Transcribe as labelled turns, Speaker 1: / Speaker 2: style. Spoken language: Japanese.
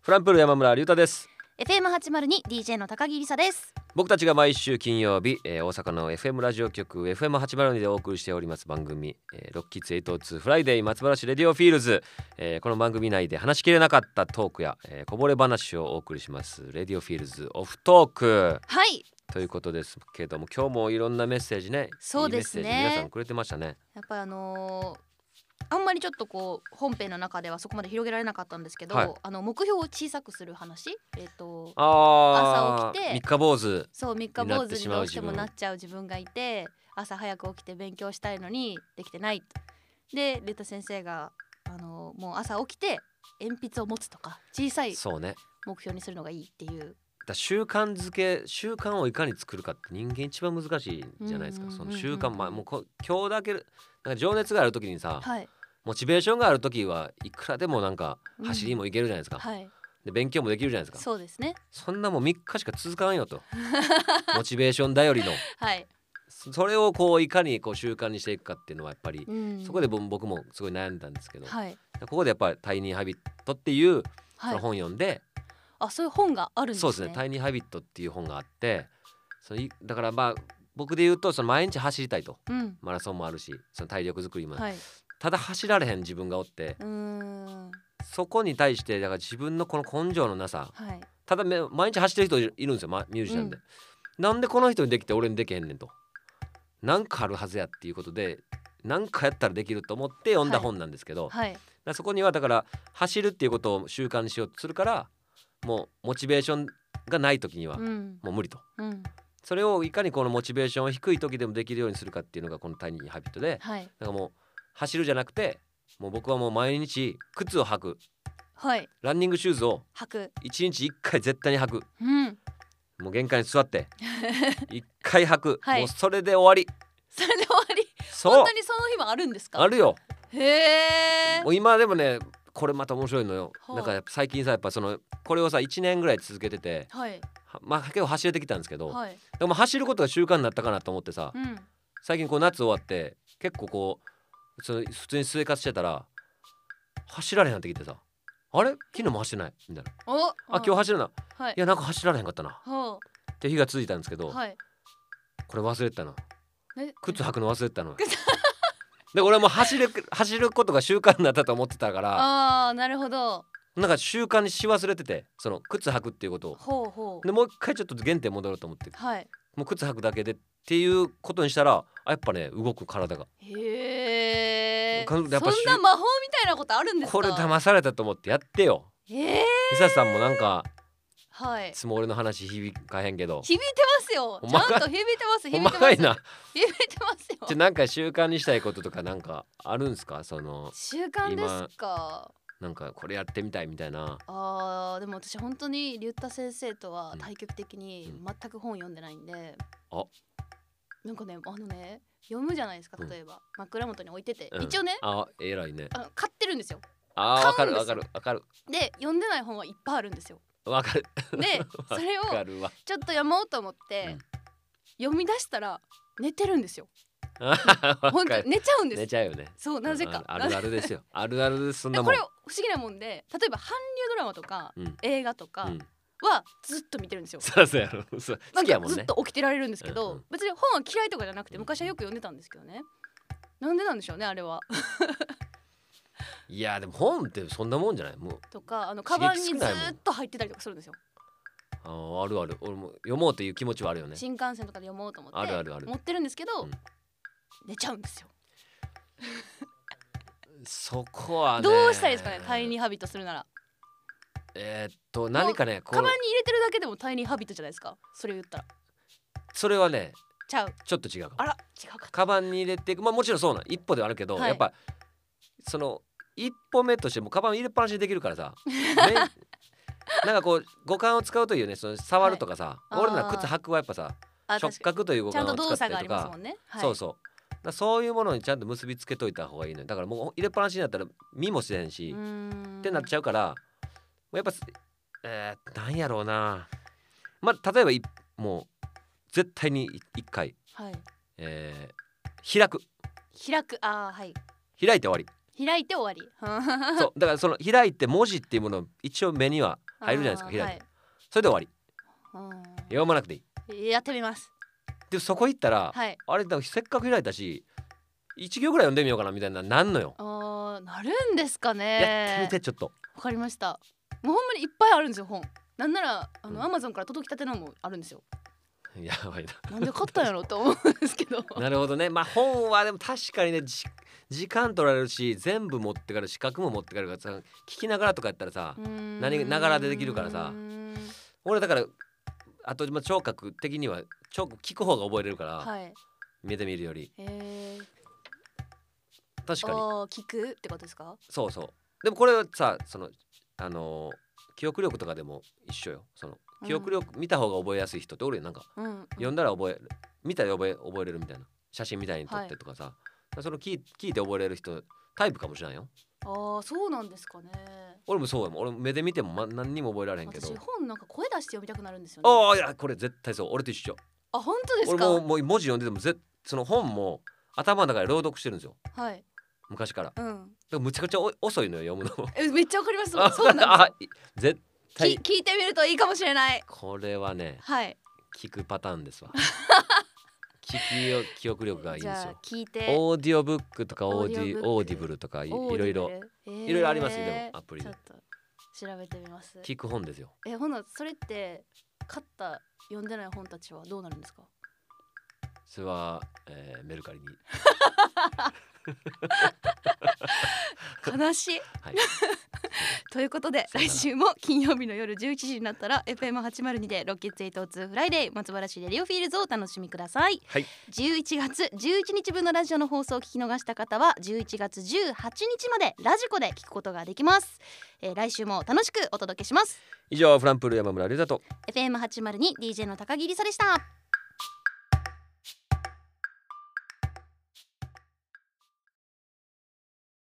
Speaker 1: フランプール山村隆太です
Speaker 2: FM802 DJ の高木梨沙です
Speaker 1: 僕たちが毎週金曜日、えー大阪の FM ラジオ局 FM802 でお送りしております番組「えーロッキッツ802フライデー松原市レディオフィールズ」えーこの番組内で話しきれなかったトークや、えーこぼれ話をお送りします「レディオフィールズオフトーク
Speaker 2: はい」
Speaker 1: ということですけども今日もいろんなメッセージね
Speaker 2: そうですね
Speaker 1: いいメッセージ皆さんくれてましたね。
Speaker 2: やっぱりあのーあんまりちょっとこう本編の中ではそこまで広げられなかったんですけど、
Speaker 1: はい
Speaker 2: あの目標を小さくする話えっ、と
Speaker 1: あー
Speaker 2: 朝起きて
Speaker 1: 三日坊主
Speaker 2: そう三日坊主にどうしても
Speaker 1: にな
Speaker 2: な
Speaker 1: っ
Speaker 2: っちゃう自分がいて朝早く起きて勉強したいのにできてないでレタ先生があのーもう朝起きて鉛筆を持つとか小さい
Speaker 1: そうね
Speaker 2: 目標にするのがいいっていう
Speaker 1: だから習慣づけ習慣をいかに作るかって人間一番難しいじゃないですか、
Speaker 2: うんうんう
Speaker 1: そ
Speaker 2: んうん
Speaker 1: の習慣まあもうこ今日だけなんか情熱がある時にさ、
Speaker 2: はい
Speaker 1: モチベーションがある時はいくらでもなんか
Speaker 2: うん
Speaker 1: 走りもいけるじゃないですか、
Speaker 2: はい
Speaker 1: で勉強もできるじゃないですか
Speaker 2: そうですね
Speaker 1: そんなもう3日しか続かん よとモチベーション頼りの
Speaker 2: はい、
Speaker 1: そそれをこういかにこう習慣にしていくかっていうのはやっぱり、
Speaker 2: うん
Speaker 1: そこで僕僕もすごい悩んだんですけど、
Speaker 2: はい
Speaker 1: ここでやっぱり「タイニーハビット」っていうそ
Speaker 2: はい
Speaker 1: の本読んで、
Speaker 2: あそういう本があるんですね
Speaker 1: そうですね「タイニーハビット」っていう本があってそのいだからまあ僕で言うとその毎日走りたいと
Speaker 2: うん
Speaker 1: マラソンもあるしその体力作りも、
Speaker 2: はい
Speaker 1: ただ走られへん自分がおって
Speaker 2: うーん
Speaker 1: そこに対してだから自分のこの根性のなさ
Speaker 2: はい
Speaker 1: ただめ毎日走ってる人いるいるんですよ、まミュージシャンで、
Speaker 2: う
Speaker 1: なんでこの人にできて俺にできへんねんとなんかあるはずやっていうことでなんかやったらできると思って読んだ
Speaker 2: はい
Speaker 1: 本なんですけど、だか
Speaker 2: はい
Speaker 1: らそこにはだから走るっていうことを習慣にしようとするからもうモチベーションがない時には
Speaker 2: うん
Speaker 1: もう無理と。
Speaker 2: うん
Speaker 1: それをいかにこのモチベーションを低い時でもできるようにするかっていうのがこの「タイニーハビットで」
Speaker 2: はい
Speaker 1: なんかもう走るじゃなくてもう僕はもう毎日靴を履く
Speaker 2: はい
Speaker 1: ランニングシューズを
Speaker 2: 吐く
Speaker 1: 1日1回絶対に履く
Speaker 2: うん
Speaker 1: もう玄関に座って1回履く、
Speaker 2: はい
Speaker 1: もうそれで終わ
Speaker 2: それで終わり
Speaker 1: りそう
Speaker 2: 本当にその日もあるんですか
Speaker 1: あるよ
Speaker 2: へえ
Speaker 1: もう今でもねこれまた面白いのよ
Speaker 2: ほう
Speaker 1: なんかやっぱ最近さやっぱそのこれをさ1年ぐらい続けてて
Speaker 2: はい
Speaker 1: はまあ結構走れてきたんですけど、
Speaker 2: はい
Speaker 1: でも走ることが習慣になったかなと思ってさ、
Speaker 2: うん
Speaker 1: 最近こう夏終わって結構こうその普通に生活してたら走られへんなってきてさあれ昨日も走ってないみたいな
Speaker 2: お
Speaker 1: あ今日
Speaker 2: は
Speaker 1: 走るな
Speaker 2: は
Speaker 1: い
Speaker 2: い
Speaker 1: やなんか走られへんかったな
Speaker 2: ほ
Speaker 1: って日が続いたんですけ
Speaker 2: う
Speaker 1: ど、
Speaker 2: はい
Speaker 1: これ忘れてたな
Speaker 2: え
Speaker 1: 靴履くの忘れてたの
Speaker 2: 靴
Speaker 1: で俺はもう走る走ることが習慣になったと思ってたから
Speaker 2: ああなるほど
Speaker 1: なんか習慣にし忘れててその靴履くっていうことを
Speaker 2: ほうほう
Speaker 1: でもう一回ちょっと原点戻ろうと思って
Speaker 2: はい
Speaker 1: もう靴履くだけでっていうことにしたらあやっぱね動く体が
Speaker 2: へえ
Speaker 1: か
Speaker 2: そ
Speaker 1: や
Speaker 2: ん
Speaker 1: っぱ
Speaker 2: な魔法みたいなことあるんですか
Speaker 1: これ騙されたと思ってやってよ
Speaker 2: ええ
Speaker 1: 伊佐さんもなんか
Speaker 2: はい
Speaker 1: いつも俺の話響かへんけど。
Speaker 2: 響いてますよ
Speaker 1: ほん
Speaker 2: ちゃ
Speaker 1: ま
Speaker 2: ん
Speaker 1: かい
Speaker 2: と響いてます
Speaker 1: ほん
Speaker 2: 響い
Speaker 1: ま
Speaker 2: て
Speaker 1: か
Speaker 2: ます
Speaker 1: いな。
Speaker 2: 響いてますよ
Speaker 1: じゃあなんか習慣にしたいこととかなんかあるんすかその
Speaker 2: 習慣ですか
Speaker 1: なんかこれやってみたいみたいな。
Speaker 2: あーでも私本当に竜太先生とは
Speaker 1: うん
Speaker 2: 対極的
Speaker 1: う
Speaker 2: に
Speaker 1: ん
Speaker 2: 全く本読んでないんで、
Speaker 1: あ
Speaker 2: なんかねあのね読むじゃないですか
Speaker 1: うん
Speaker 2: 例えば、枕元に置いてて、
Speaker 1: うん
Speaker 2: 一応ね
Speaker 1: あ偉いね。
Speaker 2: あの買ってるんですよ
Speaker 1: あーわかる
Speaker 2: 買
Speaker 1: わ
Speaker 2: うん
Speaker 1: か
Speaker 2: ですよ
Speaker 1: るわかる
Speaker 2: で読んでない本はいっぱいある んですよ
Speaker 1: わかる。
Speaker 2: でそれを
Speaker 1: わかるわ。
Speaker 2: ちょっと読もうと思って、読み出したら寝てるんですよ
Speaker 1: 本
Speaker 2: 本当に寝ちゃうんです
Speaker 1: 寝ちゃうよね。
Speaker 2: そうなぜか
Speaker 1: あるある ですよ。あるあるですそん
Speaker 2: で
Speaker 1: なもん。
Speaker 2: これ不思議なもんで例えば韓流ドラマとか、
Speaker 1: うん
Speaker 2: 映画とか
Speaker 1: うん。
Speaker 2: はずっと見てるんですよ。
Speaker 1: そうそうやろ。そう
Speaker 2: な
Speaker 1: 好
Speaker 2: ん
Speaker 1: きや
Speaker 2: か
Speaker 1: もん
Speaker 2: ずっ
Speaker 1: ね。
Speaker 2: と起きてられるんですけど、
Speaker 1: うんうん
Speaker 2: 別に本は嫌いとかじゃなくて
Speaker 1: うん
Speaker 2: 昔はよく読んでたんですけどね。なんでなんでしょうねあれは。
Speaker 1: いやでも本ってそんなもんじゃない。もう
Speaker 2: とかあのカ
Speaker 1: 刺
Speaker 2: バン
Speaker 1: 激少
Speaker 2: にず
Speaker 1: ないもん
Speaker 2: ーっと入ってたりとかするんですよ。
Speaker 1: あーあるある。俺も読もうという気持ちはあるよね。
Speaker 2: 新幹線とかで読もうと思って
Speaker 1: あるあるある
Speaker 2: 持ってるんですけど、
Speaker 1: うん
Speaker 2: 寝ちゃうんですよ。
Speaker 1: そこはね。
Speaker 2: どうしたらいいですかねタイニーハビットするなら。
Speaker 1: えーっと何かねこ
Speaker 2: カ
Speaker 1: う
Speaker 2: バンに入れてるだけでもタイニーハビットじゃないですかそれを言ったら。
Speaker 1: それはね
Speaker 2: ちゃう
Speaker 1: ちょっと違うかも
Speaker 2: あら違うかった。
Speaker 1: カバンに入れていくまあもちろんそうなん一歩ではあるけど、
Speaker 2: はい
Speaker 1: やっぱその一歩目としてもうカバン入れっぱなしにできるから さねなんかこう五感を使うというねその触るとかさ、
Speaker 2: はい
Speaker 1: 俺なら
Speaker 2: あー
Speaker 1: 靴履くはやっぱさ
Speaker 2: あ
Speaker 1: 触
Speaker 2: 確か
Speaker 1: 覚という
Speaker 2: に
Speaker 1: 五
Speaker 2: ちゃ
Speaker 1: 感
Speaker 2: ん
Speaker 1: を
Speaker 2: と
Speaker 1: 使
Speaker 2: 動
Speaker 1: った
Speaker 2: 作
Speaker 1: り
Speaker 2: があ
Speaker 1: とか
Speaker 2: りますも、んね。はい、
Speaker 1: そうそうだからそういうものにちゃんと結びつけといた方がいいのよだからもう入れっぱなしになったら見もせへんし、
Speaker 2: う
Speaker 1: っ
Speaker 2: ーん
Speaker 1: てなっちゃうからやっぱ、えー、なんやろうなまあ例えばいもう絶対に一回
Speaker 2: はい。
Speaker 1: えー開く
Speaker 2: 開くあーはい
Speaker 1: 開いて終わ
Speaker 2: 開いて終わり。
Speaker 1: りそうだからその開いて文字っていうものを一応目には入るじゃないですか
Speaker 2: あ
Speaker 1: 開
Speaker 2: ー
Speaker 1: いて
Speaker 2: はい
Speaker 1: それで終わり
Speaker 2: う
Speaker 1: 読まなくていい
Speaker 2: んやってみます
Speaker 1: でそこ行ったら、
Speaker 2: はい
Speaker 1: あれなんかせっかく開いたし1行ぐらい読んでみようかなみたいななんのよ、
Speaker 2: あーなるんですか
Speaker 1: やってみ
Speaker 2: ね
Speaker 1: てちょっと
Speaker 2: わかりましたもうほんまにいっぱいあるんですよ本なんならあ
Speaker 1: うん
Speaker 2: のアマゾンから届きたてのもあるんで すよ
Speaker 1: やばい
Speaker 2: なんで買ったんやろって思うんですけど
Speaker 1: ななるほどねまあ本はでも確かにねじ時間取られるし全部持ってから資格も持ってからからさ聞きながらとかやったらさ、何がながらでできるからさ
Speaker 2: うーん
Speaker 1: 俺だからあとまあ聴覚的には聴覚聞く方が覚えれるから、
Speaker 2: はい
Speaker 1: 目で見るより
Speaker 2: えー、
Speaker 1: 確かに
Speaker 2: あー聞くってことですか
Speaker 1: そうそうでもこれはさそのあのー記憶力とかでも一緒よその
Speaker 2: うん
Speaker 1: 記憶力、見た方が覚えやすい人って俺なんか
Speaker 2: うんうん
Speaker 1: 読んだら覚える見たら覚え覚えれるみたいな写真みたいに撮ってとかさ、その聞い聞いて覚えれる人タイプかもしれないよ
Speaker 2: あーそうなんですかね
Speaker 1: 俺もそうやもん俺目で見ても、ま、何にも覚えられへんけど
Speaker 2: 私本なんか声出して読みたくなるんですよね
Speaker 1: ああいやこれ絶対そう俺と一緒
Speaker 2: あ本当です
Speaker 1: 俺
Speaker 2: か
Speaker 1: ももう文字読んでてもぜその本も頭の中で朗読してるんですよ
Speaker 2: はい
Speaker 1: 昔からだか
Speaker 2: うん
Speaker 1: らむちゃくちゃお遅いのよ読むの
Speaker 2: えめっちゃわ かりますそ
Speaker 1: あ
Speaker 2: うそうなんで
Speaker 1: い絶
Speaker 2: すよ
Speaker 1: 対
Speaker 2: き聞いてみるといいかもしれない
Speaker 1: これはね
Speaker 2: はい
Speaker 1: 聞くパターン ですわ聞きよ記憶力がいいん
Speaker 2: じ
Speaker 1: です
Speaker 2: ゃあ
Speaker 1: よ
Speaker 2: 聞いて
Speaker 1: オーディオブックとかオ
Speaker 2: オ
Speaker 1: ー
Speaker 2: ー
Speaker 1: デ
Speaker 2: ディ
Speaker 1: ィ
Speaker 2: オブック
Speaker 1: オーディブルとかいいろいろ
Speaker 2: い
Speaker 1: いろいろありますよでもアプリで
Speaker 2: ちょっと調べてみます
Speaker 1: 聞く本ですよ
Speaker 2: えほなそれって買った読んでない本たちはどうなるんですか
Speaker 1: それは、えーメルカリに
Speaker 2: 悲しい
Speaker 1: はい、
Speaker 2: ということで
Speaker 1: さよ
Speaker 2: 来
Speaker 1: なら
Speaker 2: 週も金曜日の夜11時になったら FM802 でロッキッツ802フライデー松原市レディオフィールズをお楽しみください、
Speaker 1: はい、
Speaker 2: 11月11日分のラジオの放送を聞き逃した方は11月18日までラジコで聞くことができます、えー来週も楽しくお届けします
Speaker 1: 以上フランプール山村龍太と
Speaker 2: FM802DJ の高木梨沙でした